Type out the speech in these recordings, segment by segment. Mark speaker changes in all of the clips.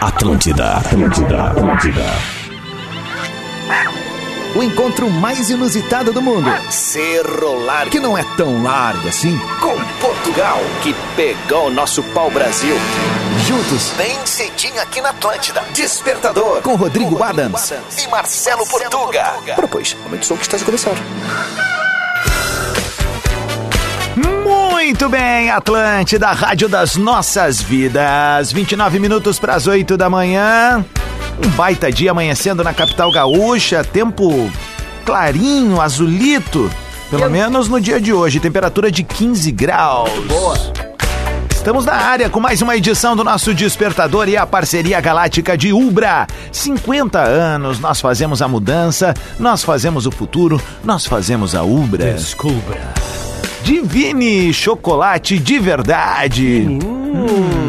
Speaker 1: Atlântida, Atlântida, Atlântida.
Speaker 2: O encontro mais inusitado do mundo. Cerro Largo. Que não é tão largo assim.
Speaker 3: Com Portugal, que pegou o nosso pau-brasil.
Speaker 2: Juntos.
Speaker 3: Bem cedinho aqui na Atlântida. Despertador.
Speaker 2: Com Rodrigo, com Rodrigo Adams.
Speaker 3: Adams. E Marcelo, Marcelo Portuga. Portuga. Ora, pois, momento som que está a começar.
Speaker 2: Muito bem, Atlante da Rádio das Nossas Vidas. 29 minutos para as 8 da manhã. Um baita dia amanhecendo na capital gaúcha, tempo clarinho, azulito, pelo Eu... menos no dia de hoje, temperatura de 15 graus.
Speaker 3: Boa.
Speaker 2: Estamos na área com mais uma edição do nosso Despertador e a parceria galáctica de Ubra. 50 anos, nós fazemos a mudança, nós fazemos o futuro, nós fazemos a Ubra.
Speaker 4: Descubra.
Speaker 2: Divine Chocolate de Verdade. Hum.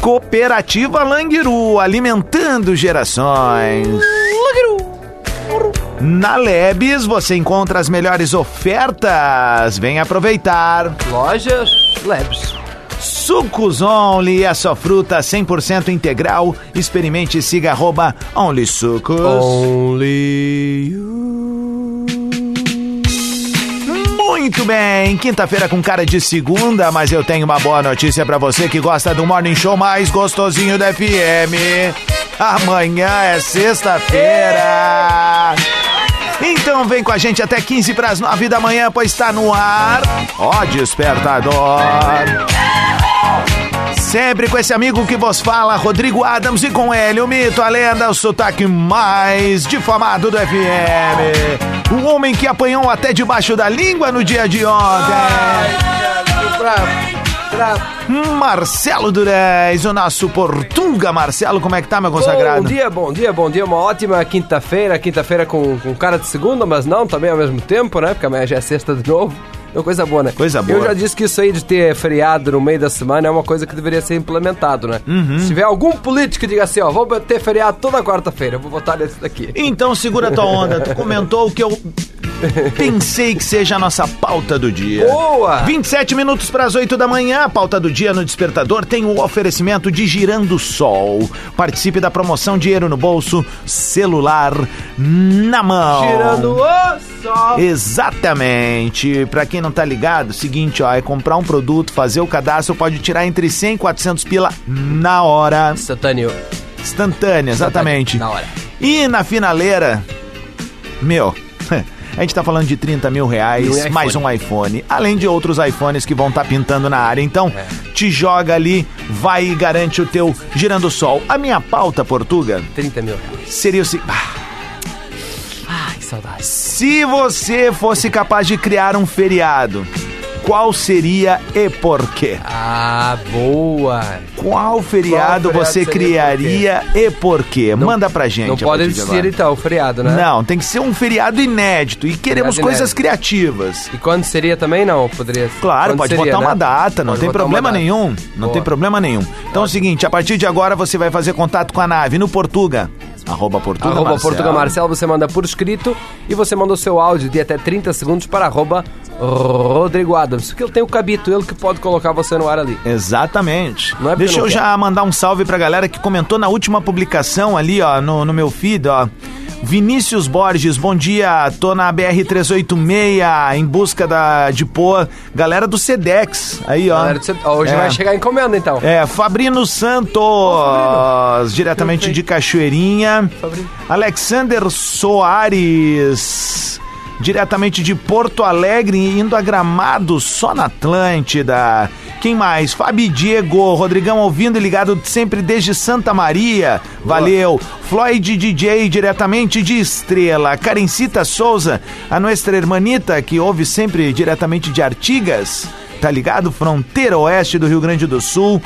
Speaker 2: Cooperativa Langiru, alimentando gerações. Langiru. Na Lebes você encontra as melhores ofertas. Vem aproveitar.
Speaker 4: Lojas Lebes.
Speaker 2: Sucos Only, é só fruta 100% integral. Experimente e siga arroba Only Sucos.
Speaker 4: Only you.
Speaker 2: Muito bem, quinta-feira com cara de segunda, mas eu tenho uma boa notícia para você que gosta do Morning Show mais gostosinho da FM. Amanhã é sexta-feira. Então vem com a gente até 15 para as 9 da manhã, pois está no ar. Ó despertador. Sempre com esse amigo que vos fala, Rodrigo Adams, e com ele o mito, a lenda, o sotaque mais difamado do FM. O homem que apanhou até debaixo da língua no dia de ontem. Marcelo Durez, o nosso Portuga. Marcelo, como é que tá, meu consagrado?
Speaker 4: Bom dia, bom dia, bom dia. Uma ótima quinta-feira. Quinta-feira com, com cara de segunda, mas não também ao mesmo tempo, né? Porque amanhã já é sexta de novo. Então, coisa boa, né?
Speaker 2: Coisa boa.
Speaker 4: Eu já disse que isso aí de ter feriado no meio da semana é uma coisa que deveria ser implementado, né?
Speaker 2: Uhum.
Speaker 4: Se tiver algum político que diga assim, ó, vou ter feriado toda quarta-feira, eu vou votar nesse daqui.
Speaker 2: Então segura tua onda. Tu comentou o que eu Pensei que seja a nossa pauta do dia.
Speaker 4: Boa!
Speaker 2: 27 minutos para as 8 da manhã, a pauta do dia no Despertador tem o oferecimento de Girando Sol. Participe da promoção Dinheiro no Bolso, celular na mão.
Speaker 4: Girando o sol!
Speaker 2: Exatamente. Para quem não tá ligado, seguinte, ó, é comprar um produto, fazer o cadastro, pode tirar entre 100 e 400 pila na hora.
Speaker 4: Instantâneo.
Speaker 2: Instantâneo, exatamente.
Speaker 4: Na hora.
Speaker 2: E na finaleira, meu... A gente tá falando de 30 mil reais, um mais um iPhone. Além de outros iPhones que vão estar tá pintando na área. Então, é. te joga ali, vai e garante o teu Girando Sol. A minha pauta, Portuga...
Speaker 4: 30 mil reais.
Speaker 2: Seria o seguinte...
Speaker 4: Ah, que saudade.
Speaker 2: Se você fosse capaz de criar um feriado... Qual seria e por quê?
Speaker 4: Ah, boa!
Speaker 2: Qual feriado, Qual feriado você criaria por e por quê?
Speaker 4: Não,
Speaker 2: Manda pra gente.
Speaker 4: Não pode existir então o feriado, né?
Speaker 2: Não, tem que ser um feriado inédito e queremos feriado coisas inédito. criativas.
Speaker 4: E quando seria também não? Poderia ser.
Speaker 2: Claro,
Speaker 4: quando
Speaker 2: pode
Speaker 4: seria,
Speaker 2: botar
Speaker 4: né?
Speaker 2: uma data, não pode tem problema nenhum. Não boa. tem problema nenhum. Então boa. é o seguinte, a partir de agora você vai fazer contato com a nave no Portuga. Arroba Portuga
Speaker 4: arroba
Speaker 2: Marcelo.
Speaker 4: Portuga Marcelo, você manda por escrito e você manda o seu áudio de até 30 segundos para arroba Rodrigo Adams. Que ele tem o cabito, ele que pode colocar você no ar ali.
Speaker 2: Exatamente.
Speaker 4: É
Speaker 2: Deixa eu
Speaker 4: quer.
Speaker 2: já mandar um salve pra galera que comentou na última publicação ali, ó, no, no meu feed, ó. Vinícius Borges, bom dia. Tô na BR-386 em busca da, de Poa. Galera do Sedex. Aí, ó.
Speaker 4: Ced... ó hoje
Speaker 2: é.
Speaker 4: vai chegar encomenda, então.
Speaker 2: É, Fabrino Santos, Ô, Fabrino. diretamente de Cachoeirinha. Fabrino. Alexander Soares diretamente de Porto Alegre, indo a Gramado, só na Atlântida. Quem mais? Fabi Diego, Rodrigão ouvindo e ligado sempre desde Santa Maria. Valeu. Boa. Floyd DJ, diretamente de Estrela. Karencita Souza, a nossa hermanita, que ouve sempre diretamente de Artigas. Tá ligado? Fronteira Oeste do Rio Grande do Sul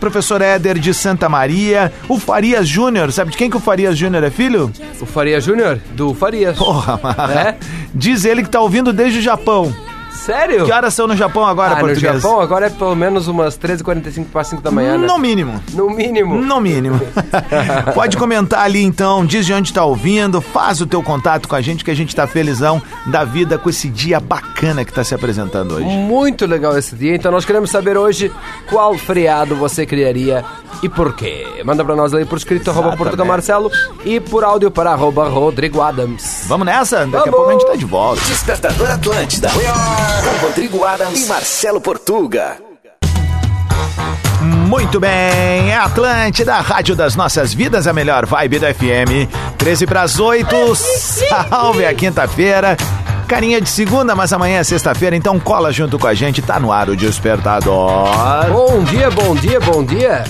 Speaker 2: professor Éder de Santa Maria, o Farias Júnior. Sabe de quem que o Farias Júnior é filho?
Speaker 4: O Farias Júnior? Do Farias.
Speaker 2: Porra, é? Diz ele que tá ouvindo desde o Japão.
Speaker 4: Sério?
Speaker 2: Que horas são no Japão agora,
Speaker 4: ah, no
Speaker 2: português?
Speaker 4: Japão agora é pelo menos umas 13h45 para 5 da manhã, né?
Speaker 2: No mínimo.
Speaker 4: No mínimo.
Speaker 2: No mínimo. Pode comentar ali então, diz de onde tá ouvindo, faz o teu contato com a gente, que a gente tá felizão da vida com esse dia bacana que tá se apresentando hoje.
Speaker 4: Muito legal esse dia, então nós queremos saber hoje qual feriado você criaria e por quê. Manda pra nós aí por escrito arroba
Speaker 2: Exatamente.
Speaker 4: Portugal Marcelo e por áudio para arroba Rodrigo Adams.
Speaker 2: Vamos nessa? Daqui a
Speaker 4: Vamos!
Speaker 2: pouco a gente tá de volta.
Speaker 3: Despertador Atlântida. Com Rodrigo Adams e Marcelo Portuga.
Speaker 2: Muito bem, é Atlântida, a rádio das nossas vidas, a melhor vibe do FM. 13 para as 8, salve a quinta-feira. Carinha de segunda, mas amanhã é sexta-feira, então cola junto com a gente, tá no ar o Despertador.
Speaker 4: Bom dia, bom dia, bom dia.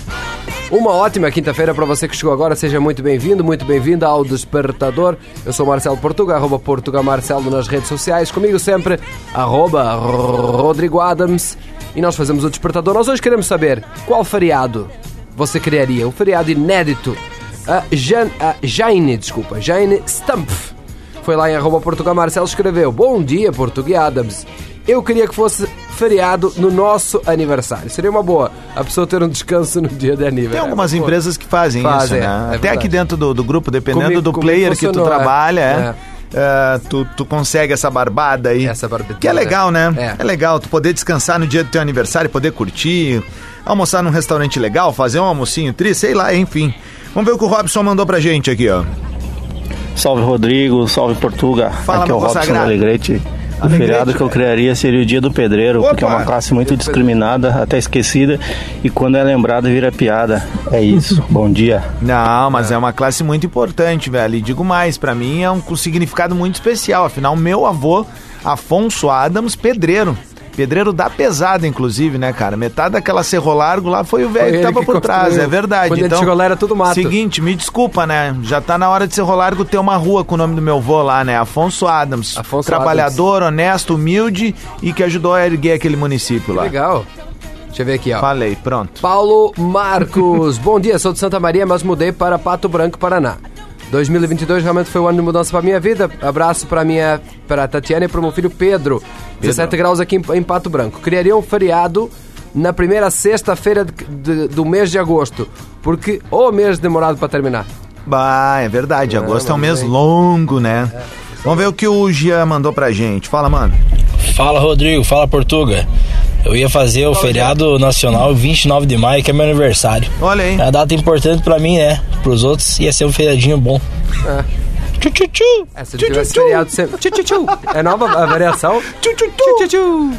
Speaker 4: Uma ótima quinta-feira para você que chegou agora. Seja muito bem-vindo, muito bem-vinda ao Despertador. Eu sou Marcelo Portuga, arroba Portuga Marcelo nas redes sociais. Comigo sempre, arroba Rodrigo Adams. E nós fazemos o Despertador. Nós hoje queremos saber qual feriado você criaria. O feriado inédito. A, Jan, a Jane, desculpa, Jane Stampf. Foi lá em arroba Portugal Marcelo escreveu Bom dia, Português Adams. Eu queria que fosse feriado no nosso aniversário. Seria uma boa a pessoa ter um descanso no dia de
Speaker 2: Tem
Speaker 4: aniversário.
Speaker 2: algumas empresas que fazem,
Speaker 4: É, Fazem,
Speaker 2: isso,
Speaker 4: é
Speaker 2: né? Até
Speaker 4: verdade.
Speaker 2: aqui dentro do, do grupo, dependendo
Speaker 4: Comigo-
Speaker 2: do
Speaker 4: comigo
Speaker 2: player que tu
Speaker 4: funcionou, é.
Speaker 2: trabalha, é.
Speaker 4: É.
Speaker 2: é, tu, tu consegue essa barbada aí.
Speaker 4: Essa barbada.
Speaker 2: Que é legal, né? É.
Speaker 4: É.
Speaker 2: legal tu poder descansar no dia do teu aniversário, poder curtir, almoçar num restaurante legal, fazer um almocinho tri, sei lá, enfim. Vamos ver o que o Robson mandou pra gente aqui, ó.
Speaker 5: Salve Rodrigo, salve Portuga.
Speaker 2: Fala,
Speaker 5: Aqui é o
Speaker 2: meu
Speaker 5: Robson
Speaker 2: consagrado.
Speaker 5: do Alegrete. O
Speaker 2: Alegrete,
Speaker 5: feriado que eu
Speaker 2: velho.
Speaker 5: criaria seria o Dia do Pedreiro,
Speaker 2: Opa!
Speaker 5: porque é uma classe muito discriminada, até esquecida, e quando é lembrada vira piada. É isso, bom dia.
Speaker 2: Não, mas é. uma classe muito importante, velho. E digo mais, pra mim é um com significado muito especial. Afinal, meu avô, Afonso Adams, pedreiro. Pedreiro da pesada, inclusive, né, cara? Metade daquela Cerro Largo lá foi o velho
Speaker 4: Foi
Speaker 2: que
Speaker 4: ele
Speaker 2: tava
Speaker 4: que
Speaker 2: por trás,
Speaker 4: construiu.
Speaker 2: é verdade.
Speaker 4: Quando ele
Speaker 2: então,
Speaker 4: chegou lá, era tudo mato.
Speaker 2: Seguinte, me desculpa, né? Já tá na hora de Cerro Largo ter uma rua com o nome do meu avô lá, né? Afonso Adams.
Speaker 4: Afonso
Speaker 2: trabalhador, honesto, humilde e que ajudou a erguer aquele município lá.
Speaker 4: Legal. Deixa eu ver aqui, ó.
Speaker 2: Falei, pronto.
Speaker 4: Paulo Marcos. Bom dia, sou de Santa Maria, mas mudei para Pato Branco, Paraná. 2022 realmente foi um ano de mudança para minha vida. Abraço para minha, para Tatiana e para o meu filho Pedro. 17 graus aqui em, em Pato Branco. Criaria um feriado na primeira sexta-feira de- de- do mês de agosto, porque o mês demorado para terminar.
Speaker 2: Bah, é verdade. Agosto é um
Speaker 4: mas É,
Speaker 2: mês
Speaker 4: bem.
Speaker 2: longo, né? Vamos ver o que o Jean mandou pra gente. Fala, mano.
Speaker 6: Fala Rodrigo, fala Portuga. Eu ia fazer o feriado nacional 29 de maio, que é meu aniversário.
Speaker 2: Olha aí.
Speaker 6: É uma data importante pra mim, né? Pros outros ia ser um feriadinho bom. Tchu, tchu, tchu.
Speaker 4: É, se ele tivesse feriado sempre. Tchu, tchu, tchu. É nova a variação. Tchu, tchu, tchu. tchu.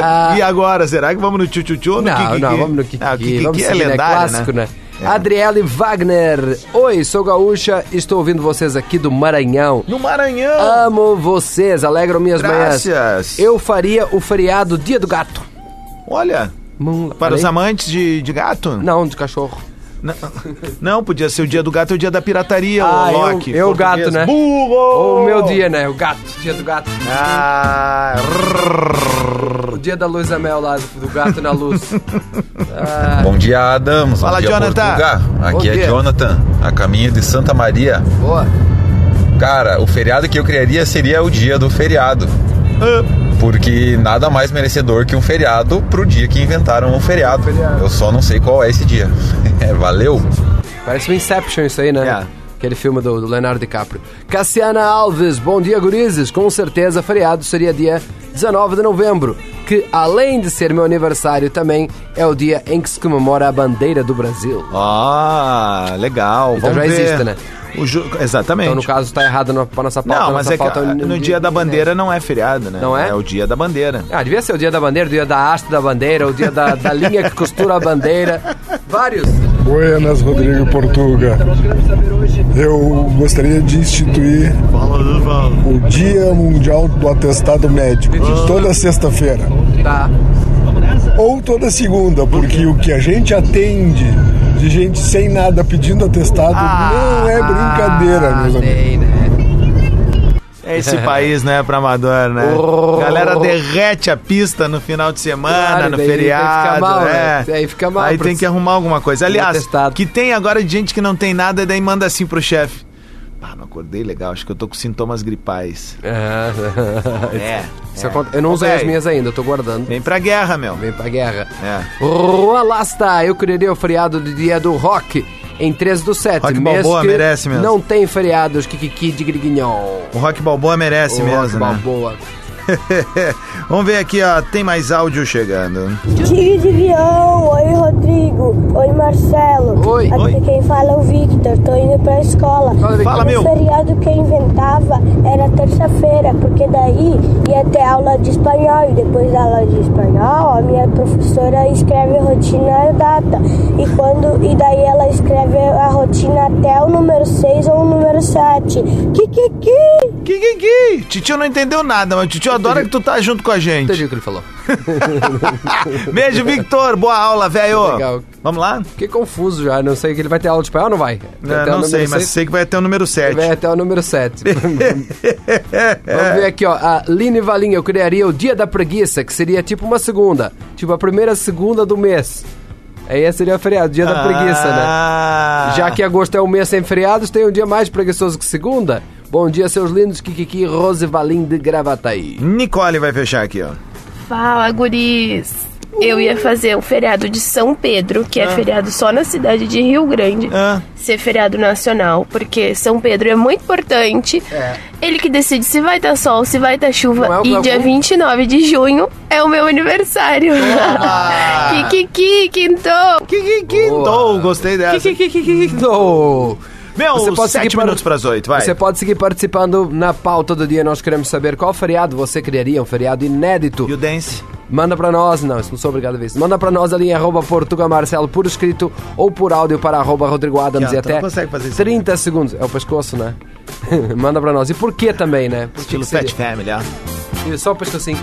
Speaker 4: Ah,
Speaker 2: E agora, será que vamos no tchutchu ou no
Speaker 4: Não,
Speaker 2: kikiki?
Speaker 4: não, vamos
Speaker 2: Ah,
Speaker 4: no
Speaker 2: o
Speaker 4: Kiki.
Speaker 2: kikiki
Speaker 4: vamos
Speaker 2: é
Speaker 4: seguir, né?
Speaker 2: lendário,
Speaker 4: Clássico,
Speaker 2: né?
Speaker 4: né? Adriele Wagner. Oi, sou gaúcha, estou ouvindo vocês aqui do Maranhão.
Speaker 2: No Maranhão.
Speaker 4: Amo vocês, alegram minhas
Speaker 2: Graças.
Speaker 4: manhãs. Eu faria o feriado Dia do Gato.
Speaker 2: Olha,
Speaker 4: Hum,
Speaker 2: para os
Speaker 4: falei?
Speaker 2: amantes de, de gato?
Speaker 4: Não, de cachorro.
Speaker 2: Não. não, podia ser o dia do gato ou o dia da pirataria,
Speaker 4: Ah,
Speaker 2: o
Speaker 4: eu-
Speaker 2: Loki.
Speaker 4: eu o
Speaker 2: português.
Speaker 4: gato, né?
Speaker 2: Burro!
Speaker 4: O meu dia, né? O gato, Dia do Gato.
Speaker 2: Ah,
Speaker 4: O dia da Luísa Mel lá, do gato na luz. Ah,
Speaker 7: Bom dia, Adams.
Speaker 2: Fala,
Speaker 7: Bom dia,
Speaker 2: Jonathan.
Speaker 7: Portugal. Aqui
Speaker 4: Bom
Speaker 7: é
Speaker 4: dia.
Speaker 7: Jonathan, a caminho de Santa Maria.
Speaker 4: Boa.
Speaker 7: Cara, o feriado que eu criaria seria o dia do feriado. Porque nada mais merecedor que um feriado pro dia que inventaram um feriado. Eu só não sei qual é esse dia. É, Valeu!
Speaker 4: Parece o Inception isso aí, né?
Speaker 2: É.
Speaker 4: Aquele filme do, do Leonardo DiCaprio. Cassiana Alves, bom dia, gurizes. Com certeza, feriado seria dia 19 de novembro, que além de ser meu aniversário, também é o dia em que se comemora a bandeira do Brasil.
Speaker 2: ah, legal.
Speaker 4: Então
Speaker 2: vamos
Speaker 4: já
Speaker 2: ver.
Speaker 4: existe, né?
Speaker 2: O ju- Exatamente.
Speaker 4: Então, no caso, tá errado no, pra nossa pauta.
Speaker 2: Não,
Speaker 4: nossa
Speaker 2: mas é que
Speaker 4: pauta
Speaker 2: ah, no dia da bandeira não é feriado, né?
Speaker 4: Não é?
Speaker 2: É o dia da bandeira.
Speaker 4: Ah, devia ser o dia da bandeira, o dia da haste da bandeira, o dia da, da linha que costura a bandeira. Vários.
Speaker 8: Buenas, Rodrigo Portuga. Eu gostaria de instituir o Dia Mundial do Atestado Médico, toda sexta-feira.
Speaker 4: Tá.
Speaker 8: Ou toda segunda, porque o que a gente atende de gente sem nada pedindo atestado
Speaker 9: Ah,
Speaker 8: não é brincadeira, meus amigos.
Speaker 4: Ah, Tem, né?
Speaker 2: É esse país, né, pra amador, né?
Speaker 4: Oh.
Speaker 2: Galera derrete a pista no final de semana,
Speaker 4: Claro,
Speaker 2: no
Speaker 4: daí
Speaker 2: feriado.
Speaker 4: tem que ficar mal,
Speaker 2: é.
Speaker 4: né? Aí fica mal
Speaker 2: Aí
Speaker 4: pra-
Speaker 2: tem que arrumar alguma coisa. Aliás,
Speaker 4: atestado.
Speaker 2: que tem agora de gente que não tem nada e daí manda assim pro chefe. Ah, não acordei legal, acho que eu tô com sintomas gripais. É.
Speaker 4: né? Isso
Speaker 2: é.
Speaker 4: aconte- Eu não usei
Speaker 2: Ô,
Speaker 4: as
Speaker 2: véi,
Speaker 4: minhas ainda, eu tô guardando.
Speaker 2: Vem pra guerra, meu.
Speaker 4: Vem pra guerra.
Speaker 2: É.
Speaker 4: Rua Lasta, eu criaria o feriado do dia do rock em 13 do 7.
Speaker 2: Rock Balboa
Speaker 4: que
Speaker 2: merece mesmo.
Speaker 4: Não tem feriados, Kikiki de Griguinhol.
Speaker 2: O Rock Balboa merece
Speaker 4: O
Speaker 2: mesmo, né?
Speaker 4: Balboa.
Speaker 2: Vamos ver aqui, ó. Tem mais áudio chegando.
Speaker 10: Tigre de Leão, oi Rodrigo, oi Marcelo.
Speaker 4: Oi.
Speaker 10: Aqui
Speaker 2: Oi.
Speaker 10: quem fala é o Victor, tô indo pra escola.
Speaker 4: Fala, Victor.
Speaker 2: Fala, meu.
Speaker 10: O feriado que eu inventava era terça-feira, porque daí ia ter aula de espanhol e depois da aula de espanhol a minha professora escreve a rotina e a data. E, quando, e daí ela escreve a rotina até o número 6 ou o número 7. Kikiki!
Speaker 2: Que, que, que? Titio não entendeu nada, mas Titio adora que tu tá junto com a
Speaker 4: Entendi
Speaker 2: gente.
Speaker 4: o que ele falou.
Speaker 2: Beijo, Victor. Boa aula, velho.
Speaker 4: Legal.
Speaker 2: Vamos lá?
Speaker 4: Fiquei confuso já, não sei que ele vai ter aula de espanhol ou não vai? Vai
Speaker 2: É,
Speaker 4: até o
Speaker 2: não
Speaker 4: número
Speaker 2: sei, mas
Speaker 4: seis,
Speaker 2: sei que vai até o número 7.
Speaker 4: Vai até o número 7. Vamos ver aqui, ó. A Line Valinha, eu criaria o dia da preguiça, que seria tipo uma segunda. Tipo a primeira segunda do mês. Aí esse seria o feriado, dia
Speaker 2: Ah,
Speaker 4: da preguiça, né?
Speaker 2: né?
Speaker 4: Já que agosto é um mês sem feriados, tem um dia mais preguiçoso que segunda. Bom dia, seus lindos Kikiki Rosevalim de Gravataí.
Speaker 2: Nicole vai fechar aqui, ó.
Speaker 11: Fala, guris! Eu ia fazer o feriado de São Pedro, que é feriado só na cidade de Rio Grande,
Speaker 2: Ah.
Speaker 11: ser feriado nacional, porque São Pedro é muito importante. Ele que decide se vai estar sol, se vai estar
Speaker 4: Não é
Speaker 11: chuva.
Speaker 4: o
Speaker 11: e
Speaker 4: Glaucon?
Speaker 11: dia 29 de junho é o meu aniversário. Kikiki, quintou!
Speaker 2: Quintou, gostei dessa.
Speaker 4: Kikikikikikikdo!
Speaker 2: Meu,
Speaker 4: Você pode
Speaker 2: sete
Speaker 4: seguir para-
Speaker 2: minutos para as oito, vai.
Speaker 4: Você pode seguir participando na pauta do dia. Nós queremos saber qual feriado você criaria, um feriado inédito.
Speaker 2: E o dance?
Speaker 4: Manda pra nós, não, isso não sou obrigado a ver isso. Manda pra nós ali em arroba Portuga Marcelo por escrito ou por áudio para arroba Rodrigo Adams
Speaker 2: Aqui, ó,
Speaker 4: e
Speaker 2: tu não
Speaker 4: até
Speaker 2: consegue fazer isso.
Speaker 4: 30 segundos. É o pescoço, né? Manda pra nós. E por que também, né? Por que
Speaker 2: Estilo
Speaker 4: que seria?
Speaker 2: Pet Family, ó.
Speaker 4: Isso, Só o pescocinho.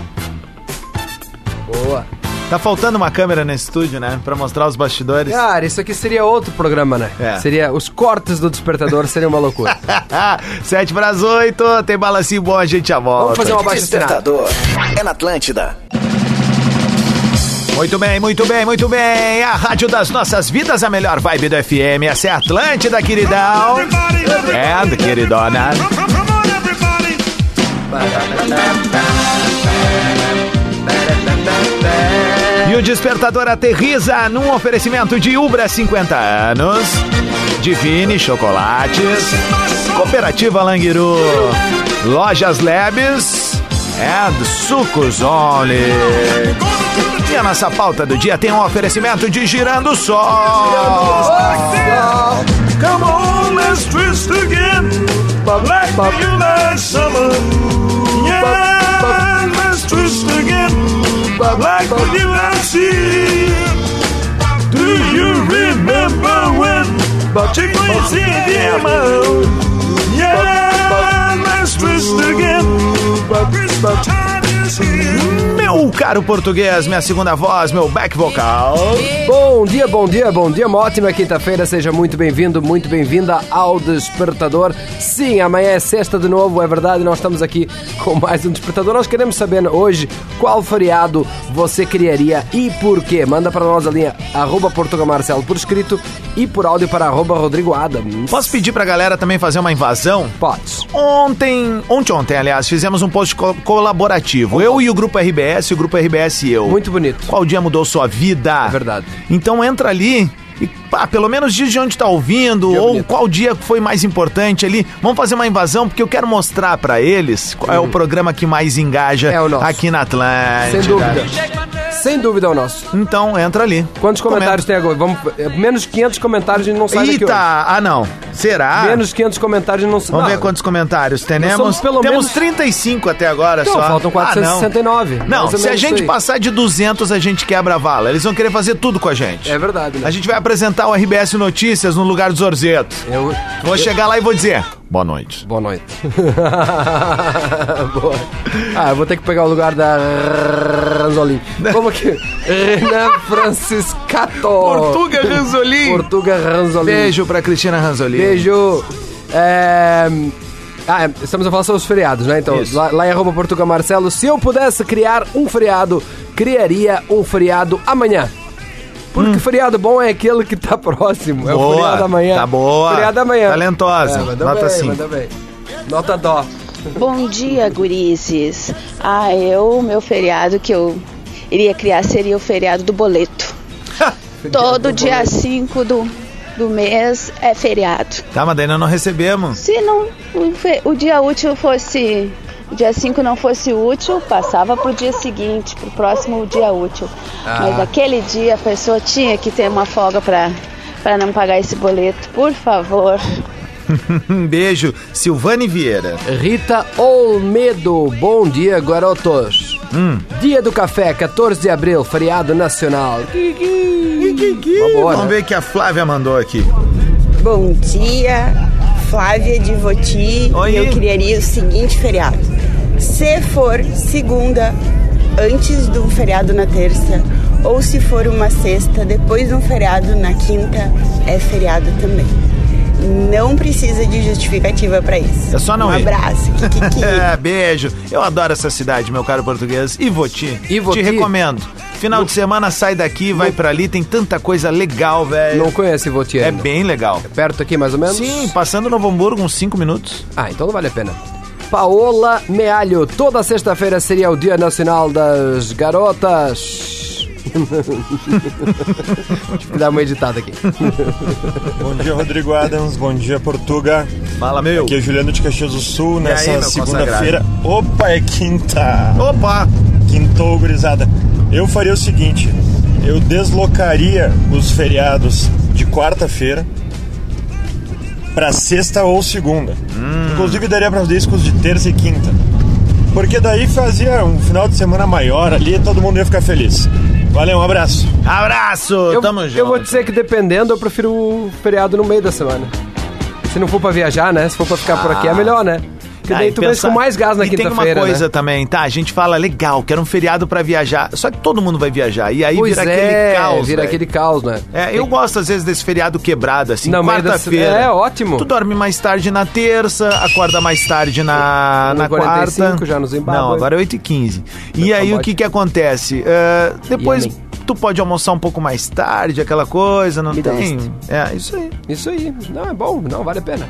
Speaker 4: Boa.
Speaker 2: Tá faltando uma câmera nesse estúdio, né? Pra mostrar os bastidores.
Speaker 4: Cara, isso aqui seria outro programa, né?
Speaker 2: É.
Speaker 4: Seria os cortes do despertador, seria uma loucura.
Speaker 2: Sete para as oito, tem bala assim boa, a gente já volta.
Speaker 4: Vamos fazer uma baixa assinada.
Speaker 3: Despertador é na Atlântida.
Speaker 2: Muito bem, muito bem, muito bem. A rádio das nossas vidas, a melhor vibe do FM. Essa é a Atlântida, queridão. É, queridona. E o despertador aterriza num oferecimento de Ubra 50 anos, Divine Chocolates, Cooperativa Languiru, Lojas Labs, and Sucos Only. E a nossa pauta do dia tem um oferecimento de Girando Sol. Come on, let's twist again. Like the last summer. Yeah, let's twist again. Like the last year. Do you remember when te conheci de irmão? Yeah, let's twist again. Christmas time is here. Meu caro português, minha segunda voz, meu back vocal.
Speaker 4: Bom dia, bom dia, bom dia, uma ótima quinta-feira, seja muito bem-vindo, muito bem-vinda ao Despertador. Sim, amanhã é sexta de novo, é verdade, nós estamos aqui com mais um Despertador. Nós queremos saber hoje qual feriado você criaria e por quê. Manda para nós a linha arroba Portuga Marcelo por escrito e por áudio para arroba Rodrigo Adams.
Speaker 2: Posso pedir pra galera também fazer uma invasão?
Speaker 4: Potes.
Speaker 2: Ontem, ontem, ontem, aliás, fizemos um post co- colaborativo. Eu e o Grupo RBS, o Grupo RBS e eu.
Speaker 4: Muito bonito.
Speaker 2: Qual dia mudou sua vida?
Speaker 4: É verdade.
Speaker 2: Então entra ali e, pá, pelo menos diz de onde tá ouvindo
Speaker 4: Dia
Speaker 2: ou
Speaker 4: bonito.
Speaker 2: qual dia foi mais importante ali. Vamos fazer uma invasão, porque eu quero mostrar pra eles qual é o programa que mais engaja
Speaker 4: Uhum. É o nosso.
Speaker 2: aqui na
Speaker 4: Sem
Speaker 2: Atlântida.
Speaker 4: dúvida. Sem dúvida é o nosso.
Speaker 2: Então entra ali.
Speaker 4: Quantos comentários tem agora? Vamos, é, menos 500 comentários e não sai daqui
Speaker 2: Eita!
Speaker 4: hoje.
Speaker 2: Ah, não. Será?
Speaker 4: Menos 500 comentários e não sai
Speaker 2: Vamos
Speaker 4: Não,
Speaker 2: ver quantos comentários
Speaker 4: somos
Speaker 2: temos.
Speaker 4: pelo
Speaker 2: temos
Speaker 4: menos-
Speaker 2: 35 até agora
Speaker 4: Então,
Speaker 2: só.
Speaker 4: faltam 469.
Speaker 2: Ah, não,
Speaker 4: Mais
Speaker 2: não
Speaker 4: ou
Speaker 2: se a
Speaker 4: menos isso
Speaker 2: gente
Speaker 4: aí.
Speaker 2: passar de 200, a gente quebra a vala. Eles vão querer fazer tudo com a gente.
Speaker 4: É verdade, né?
Speaker 2: A gente vai apresentar o RBS Notícias no lugar dos Orzeto.
Speaker 4: Eu-
Speaker 2: Vou chegar lá e vou dizer: boa noite.
Speaker 4: Boa noite. Boa. Ah, eu vou ter que pegar o lugar da Ranzolin. Como é que? Renan Franciscato.
Speaker 2: Portuga Ranzolin.
Speaker 4: Portuga Ranzolin.
Speaker 2: Beijo pra Cristina Ranzolini.
Speaker 4: Beijo. É, Ah, é, estamos a falar sobre os feriados, né? Então,
Speaker 2: Isso.
Speaker 4: lá, lá em arroba Portuga Marcelo, se eu pudesse criar um feriado, criaria um feriado amanhã. Porque feriado bom é aquele que tá próximo. É o
Speaker 2: Hum. Boa,
Speaker 4: feriado da manhã.
Speaker 2: tá boa.
Speaker 4: Feriado da manhã.
Speaker 2: Talentosa.
Speaker 4: É, mandou
Speaker 2: Nota
Speaker 4: bem,
Speaker 2: cinco.
Speaker 4: mandou bem. Nota dó.
Speaker 12: Bom dia, gurizes. Ah, eu, meu feriado que eu iria criar seria o feriado do boleto. Todo dia 5 do, do mês é feriado.
Speaker 2: Tá, mas daí nós não recebemos.
Speaker 12: Se não o, fe- o dia útil fosse. O dia 5 não fosse útil, passava pro dia seguinte, pro próximo dia útil.
Speaker 13: Ah.
Speaker 12: Mas aquele dia a pessoa tinha que ter uma folga pra, pra não pagar esse boleto. Por favor.
Speaker 2: Um beijo, Silvane Vieira.
Speaker 4: Rita Olmedo, bom dia, garotos.
Speaker 2: Hum.
Speaker 4: Dia do café, 14 de abril, feriado nacional. Vambora.
Speaker 2: Vamos ver o que a Flávia mandou aqui.
Speaker 9: Bom dia, Flávia de Voti.
Speaker 2: Oi.
Speaker 9: Eu criaria o seguinte feriado. Se for segunda, antes de um feriado na terça, ou se for uma sexta, depois de um feriado na quinta, é feriado também. Não precisa de justificativa para isso.
Speaker 2: É só não
Speaker 9: Um
Speaker 2: ir.
Speaker 9: abraço. Kikiki.
Speaker 2: É, beijo. Eu adoro essa cidade, meu caro português. Ivoti. Ivoti. Te recomendo. Final de semana, sai daqui, vai pra ali. Tem tanta coisa legal, velho.
Speaker 4: Não conhece Votier.
Speaker 2: É bem legal.
Speaker 4: Perto aqui, mais ou menos?
Speaker 2: Sim, passando Novo Hamburgo uns 5 minutos.
Speaker 4: Ah, então não vale a pena. Paola Mealho, toda sexta-feira seria o Dia Nacional das Garotas. Tive que dar uma editada aqui.
Speaker 14: Bom dia, Rodrigo Adams. Bom dia, Portuga.
Speaker 2: Fala, meu.
Speaker 14: Aqui é Juliano de Caxias do Sul,
Speaker 2: E
Speaker 14: nessa
Speaker 2: aí, meu
Speaker 14: segunda-feira. Opa, é quinta. Opa! Quintou, gurizada. Eu faria o seguinte: eu deslocaria os feriados de quarta-feira para sexta ou segunda. Inclusive, daria para fazer isso com os de terça e quinta. Porque daí fazia um final de semana maior ali e todo mundo ia ficar feliz. Valeu, um abraço.
Speaker 2: Abraço!
Speaker 4: tamo junto. Eu vou dizer que dependendo, eu prefiro o feriado no meio da semana. Se não for pra viajar, né? Se for pra ficar por aqui, é melhor, né? Porque
Speaker 2: Ah,
Speaker 4: daí
Speaker 2: e
Speaker 4: tu pensa
Speaker 2: pensar-
Speaker 4: com mais gás na
Speaker 2: E tem uma
Speaker 4: quinta-feira,
Speaker 2: coisa
Speaker 4: né?
Speaker 2: também, tá? A gente fala, legal, quero um feriado pra viajar. Só que todo mundo vai viajar. E aí
Speaker 4: Pois
Speaker 2: vira
Speaker 4: é,
Speaker 2: aquele caos.
Speaker 4: vira
Speaker 2: velho.
Speaker 4: aquele caos, né?
Speaker 2: É, eu gosto às vezes desse feriado quebrado, assim,
Speaker 4: Na meia da
Speaker 2: quarta-feira.
Speaker 4: se- é, ótimo.
Speaker 2: Tu dorme mais tarde na terça, acorda mais tarde na, na
Speaker 4: 1h45
Speaker 2: quarta.
Speaker 4: já no Zimbábue.
Speaker 2: Não, agora é 8h15.
Speaker 4: Então
Speaker 2: E aí o que que acontece? É, depois
Speaker 4: Yemen.
Speaker 2: tu pode almoçar um pouco mais tarde, aquela coisa, não
Speaker 4: um
Speaker 2: tem? É, isso aí.
Speaker 4: Isso aí. Não, é bom, não, vale a pena.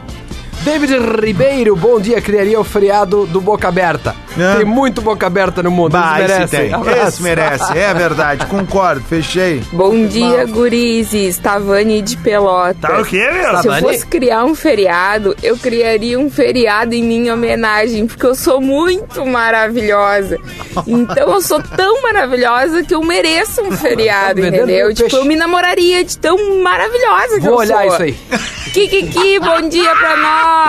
Speaker 4: David Ribeiro, bom dia, criaria o feriado do Boca Aberta. Tem muito Boca Aberta no mundo,
Speaker 2: Bah,
Speaker 4: eles
Speaker 2: esse
Speaker 4: merecem.
Speaker 2: tem.
Speaker 4: Abraço.
Speaker 2: Esse merece, é verdade, concordo, fechei.
Speaker 15: Bom dia, gurizes. Tavani de Pelota.
Speaker 2: Tá o quê, meu?
Speaker 15: Se eu
Speaker 2: Tavani?
Speaker 15: fosse criar um feriado, eu criaria um feriado em minha homenagem, porque eu sou muito maravilhosa. Então eu sou tão maravilhosa que eu mereço um feriado,
Speaker 13: Tá vendendo
Speaker 15: entendeu?
Speaker 13: meu
Speaker 15: Tipo, eu me namoraria de tão maravilhosa que
Speaker 4: Vou
Speaker 15: eu
Speaker 4: olhar
Speaker 15: sou.
Speaker 4: isso aí.
Speaker 15: Kikiki, bom dia pra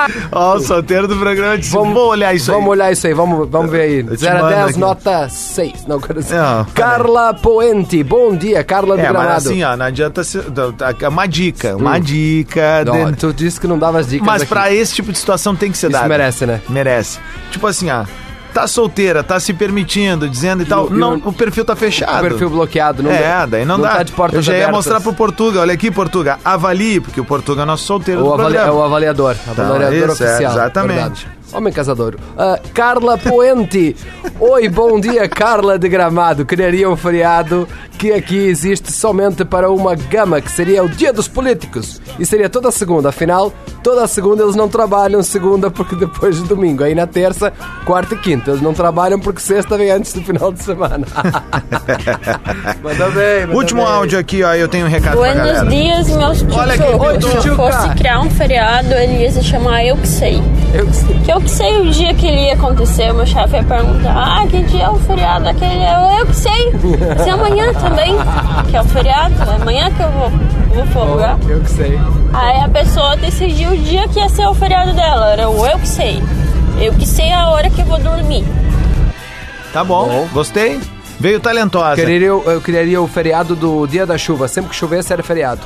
Speaker 15: nós.
Speaker 2: Ó, o solteiro do programa disse, vamos, olhar isso
Speaker 4: aí. Vamos olhar isso aí, vamos, vamos ver aí.
Speaker 2: te
Speaker 4: 0 a
Speaker 2: mando
Speaker 4: 10,
Speaker 2: aqui.
Speaker 4: nota 6. Não, quero dizer. Carla Poente, bom dia, Carla do
Speaker 2: É,
Speaker 4: Gramado.
Speaker 2: mas assim, ó, não adianta ser. É uma dica, uma
Speaker 4: Hum.
Speaker 2: dica.
Speaker 4: Não,
Speaker 2: de-
Speaker 4: Tu disse que não dava as dicas
Speaker 2: Mas
Speaker 4: aqui.
Speaker 2: pra esse tipo de situação tem que ser
Speaker 4: Isso
Speaker 2: dado.
Speaker 4: merece, né?
Speaker 2: Merece. Tipo assim, ó. Tá solteira, tá se permitindo, dizendo e tal.
Speaker 4: E o- e
Speaker 2: não,
Speaker 4: o-
Speaker 2: o perfil tá fechado.
Speaker 4: o perfil bloqueado, não
Speaker 2: É,
Speaker 4: dá.
Speaker 2: daí não,
Speaker 4: Não
Speaker 2: dá.
Speaker 4: tá de portas
Speaker 2: Eu já ia
Speaker 4: abertas.
Speaker 2: mostrar pro Portuga, olha aqui, Portuga, avalie, porque o Portuga é nosso solteiro
Speaker 4: O
Speaker 2: do
Speaker 4: avali-
Speaker 2: programa.
Speaker 4: é o avaliador,
Speaker 2: Tá,
Speaker 4: avaliador
Speaker 2: isso, é,
Speaker 4: oficial.
Speaker 2: exatamente.
Speaker 4: verdade. Homem casador. Ah, Carla Poente. Oi, bom dia, Carla de Gramado. Criaria um feriado que aqui existe somente para uma gama, que seria o Dia dos Políticos. E seria toda segunda, afinal, toda segunda eles não trabalham, segunda porque depois de domingo. Aí na terça, quarta e quinta eles não trabalham porque sexta vem antes do final de semana. Manda bem, manda
Speaker 2: Último
Speaker 4: bem.
Speaker 2: áudio aqui, ó, eu tenho um recado pra
Speaker 16: Buenos
Speaker 2: galera.
Speaker 16: dias, meus tio.
Speaker 2: Olha aqui, Oi,
Speaker 16: Se
Speaker 2: tio.
Speaker 16: eu fosse criar um feriado, ele ia se chamar Eu Que Sei.
Speaker 4: Eu que sei.
Speaker 16: Que eu que sei o dia que ele ia acontecer, o meu chefe ia perguntar, ah, que dia é o feriado aquele? Eu, eu que sei. Se é amanhã também, que é o feriado, é amanhã que eu vou, vou folgar.
Speaker 4: Eu que sei.
Speaker 16: Aí a pessoa decidiu o dia que ia ser o feriado dela, era o Eu Que Sei. Eu que sei a hora que eu vou dormir.
Speaker 2: Tá bom, gostei. Veio talentosa.
Speaker 4: Quereria- eu criaria o feriado do dia da chuva. Sempre que chovesse era feriado.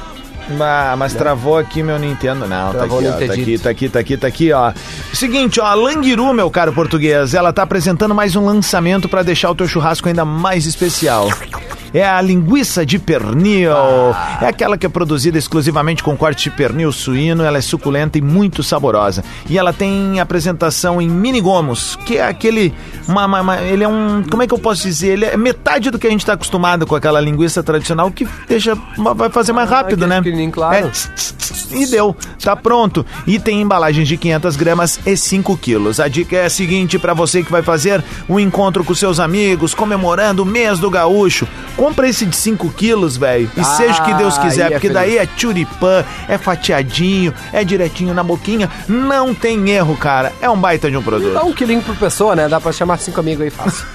Speaker 2: Ah, mas travou aqui meu Nintendo. Não,
Speaker 4: Travou
Speaker 2: tá,
Speaker 4: o
Speaker 2: aqui, ó, tá aqui,
Speaker 4: Nintendito.
Speaker 2: tá aqui, tá aqui, tá aqui, ó. Seguinte, ó, a Langiru, meu caro português, ela tá apresentando mais um lançamento pra deixar o teu churrasco ainda mais especial. é a linguiça de pernil. É aquela que é produzida exclusivamente com corte de pernil suíno, ela é suculenta e muito saborosa. E ela tem apresentação em mini gomos, que é aquele. uma- uma- uma- ele é um. Como é que eu posso dizer? Ele é metade do que a gente está acostumado com aquela linguiça tradicional que deixa. vai fazer mais rápido, né? É, tss, tss, tss, e deu, tá pronto. E tem embalagens de 500 gramas e 5 quilos. A dica é a seguinte para você que vai fazer um encontro com seus amigos, comemorando o mês do gaúcho. Compra esse de 5 quilos, velho, e
Speaker 4: Ah,
Speaker 2: seja o que Deus quiser,
Speaker 4: aí é
Speaker 2: porque daí é churipã, é fatiadinho, é direitinho na boquinha. Não tem erro, cara. É um baita de um produto.
Speaker 4: Dá um quilinho por pessoa, né? Dá pra chamar cinco amigos aí fácil.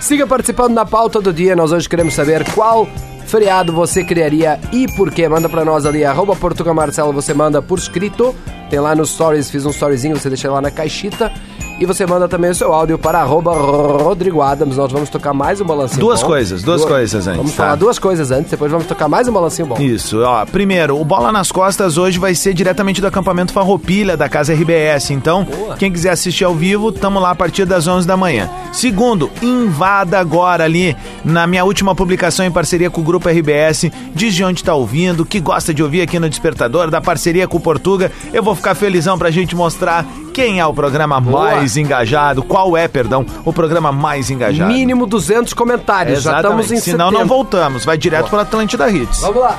Speaker 4: Siga participando na pauta do dia. Nós hoje queremos saber qual feriado você criaria e por quê. Manda pra nós ali, arroba Portuga Marcelo. Você manda por escrito. Tem lá nos stories, fiz um storyzinho, você deixa lá na caixita. E você manda também o seu áudio para arroba Rodrigo Adams. Nós vamos tocar mais um balancinho
Speaker 2: Duas
Speaker 4: bom.
Speaker 2: coisas, duas coisas antes,
Speaker 4: Vamos
Speaker 2: tá?
Speaker 4: falar duas coisas antes, depois vamos tocar mais um balancinho bom.
Speaker 2: Isso, ó. Primeiro, o Bola nas Costas hoje vai ser diretamente do acampamento Farroupilha da Casa RBS. Então, quem quiser assistir ao vivo, tamo lá a partir das 11 da manhã. Segundo, invada agora ali na minha última publicação em parceria com o grupo RBS, diz de onde tá ouvindo, que gosta de ouvir aqui no Despertador, da parceria com o Portuga. Eu vou ficar felizão pra gente mostrar quem é o programa mais engajado, qual é, perdão, o programa mais engajado.
Speaker 4: Mínimo 200 comentários. Já
Speaker 2: Exatamente.
Speaker 4: estamos em
Speaker 2: Senão não
Speaker 4: setembro.
Speaker 2: voltamos, vai direto para Atlântida Hits.
Speaker 4: Vamos lá.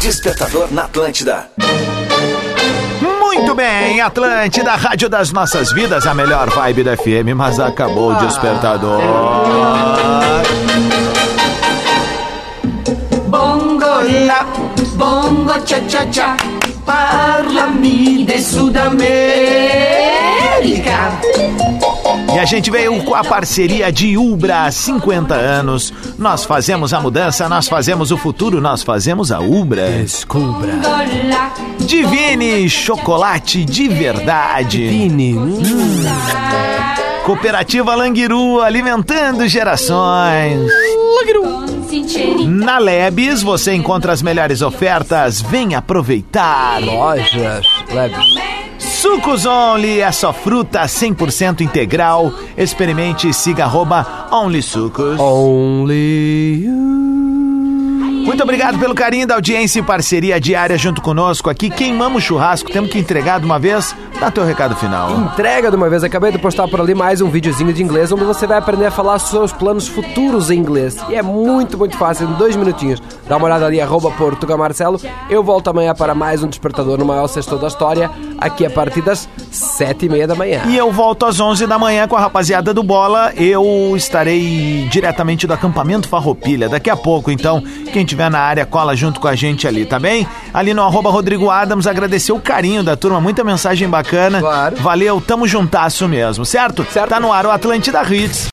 Speaker 3: Despertador na Atlântida.
Speaker 2: Muito bem, Atlântida, Rádio das Nossas Vidas, a melhor vibe da FM, mas acabou o despertador.
Speaker 13: Bongo la, bongo cha cha cha, parlami de Sudamérica.
Speaker 2: E a gente veio com a parceria de Ubra há 50 anos. Nós fazemos a mudança, nós fazemos o futuro, nós fazemos a Ubra. Descubra. Divine chocolate de verdade. Divine. Cooperativa Languiru alimentando gerações. Na Lebes você encontra as melhores ofertas. Vem aproveitar.
Speaker 4: Lojas Lebes.
Speaker 2: Sucos Only é só fruta 100% integral. Experimente e siga arroba Only Sucos.
Speaker 4: Only
Speaker 2: Muito obrigado pelo carinho da audiência e parceria diária junto conosco aqui. Queimamos churrasco, temos que entregar de uma vez. Dá teu recado final.
Speaker 4: Entrega de uma vez, acabei de postar por ali mais um videozinho de inglês onde você vai aprender a falar seus planos futuros em inglês. E é muito, muito fácil, em dois minutinhos. Dá uma olhada ali, arroba Portuga Marcelo. Eu volto amanhã para mais um Despertador no maior sexto da história, aqui a partir das sete e meia da manhã.
Speaker 2: E eu volto às 11 da manhã com a rapaziada do Bola. Eu estarei diretamente do acampamento Farroupilha daqui a pouco, então quem tiver na área cola junto com a gente ali, tá bem? Ali no arroba Rodrigo Adams, agradecer o carinho da turma, muita mensagem bacana. Claro. Valeu, tamo juntasso mesmo, certo? Certo. Tá no ar o Atlântida Hits.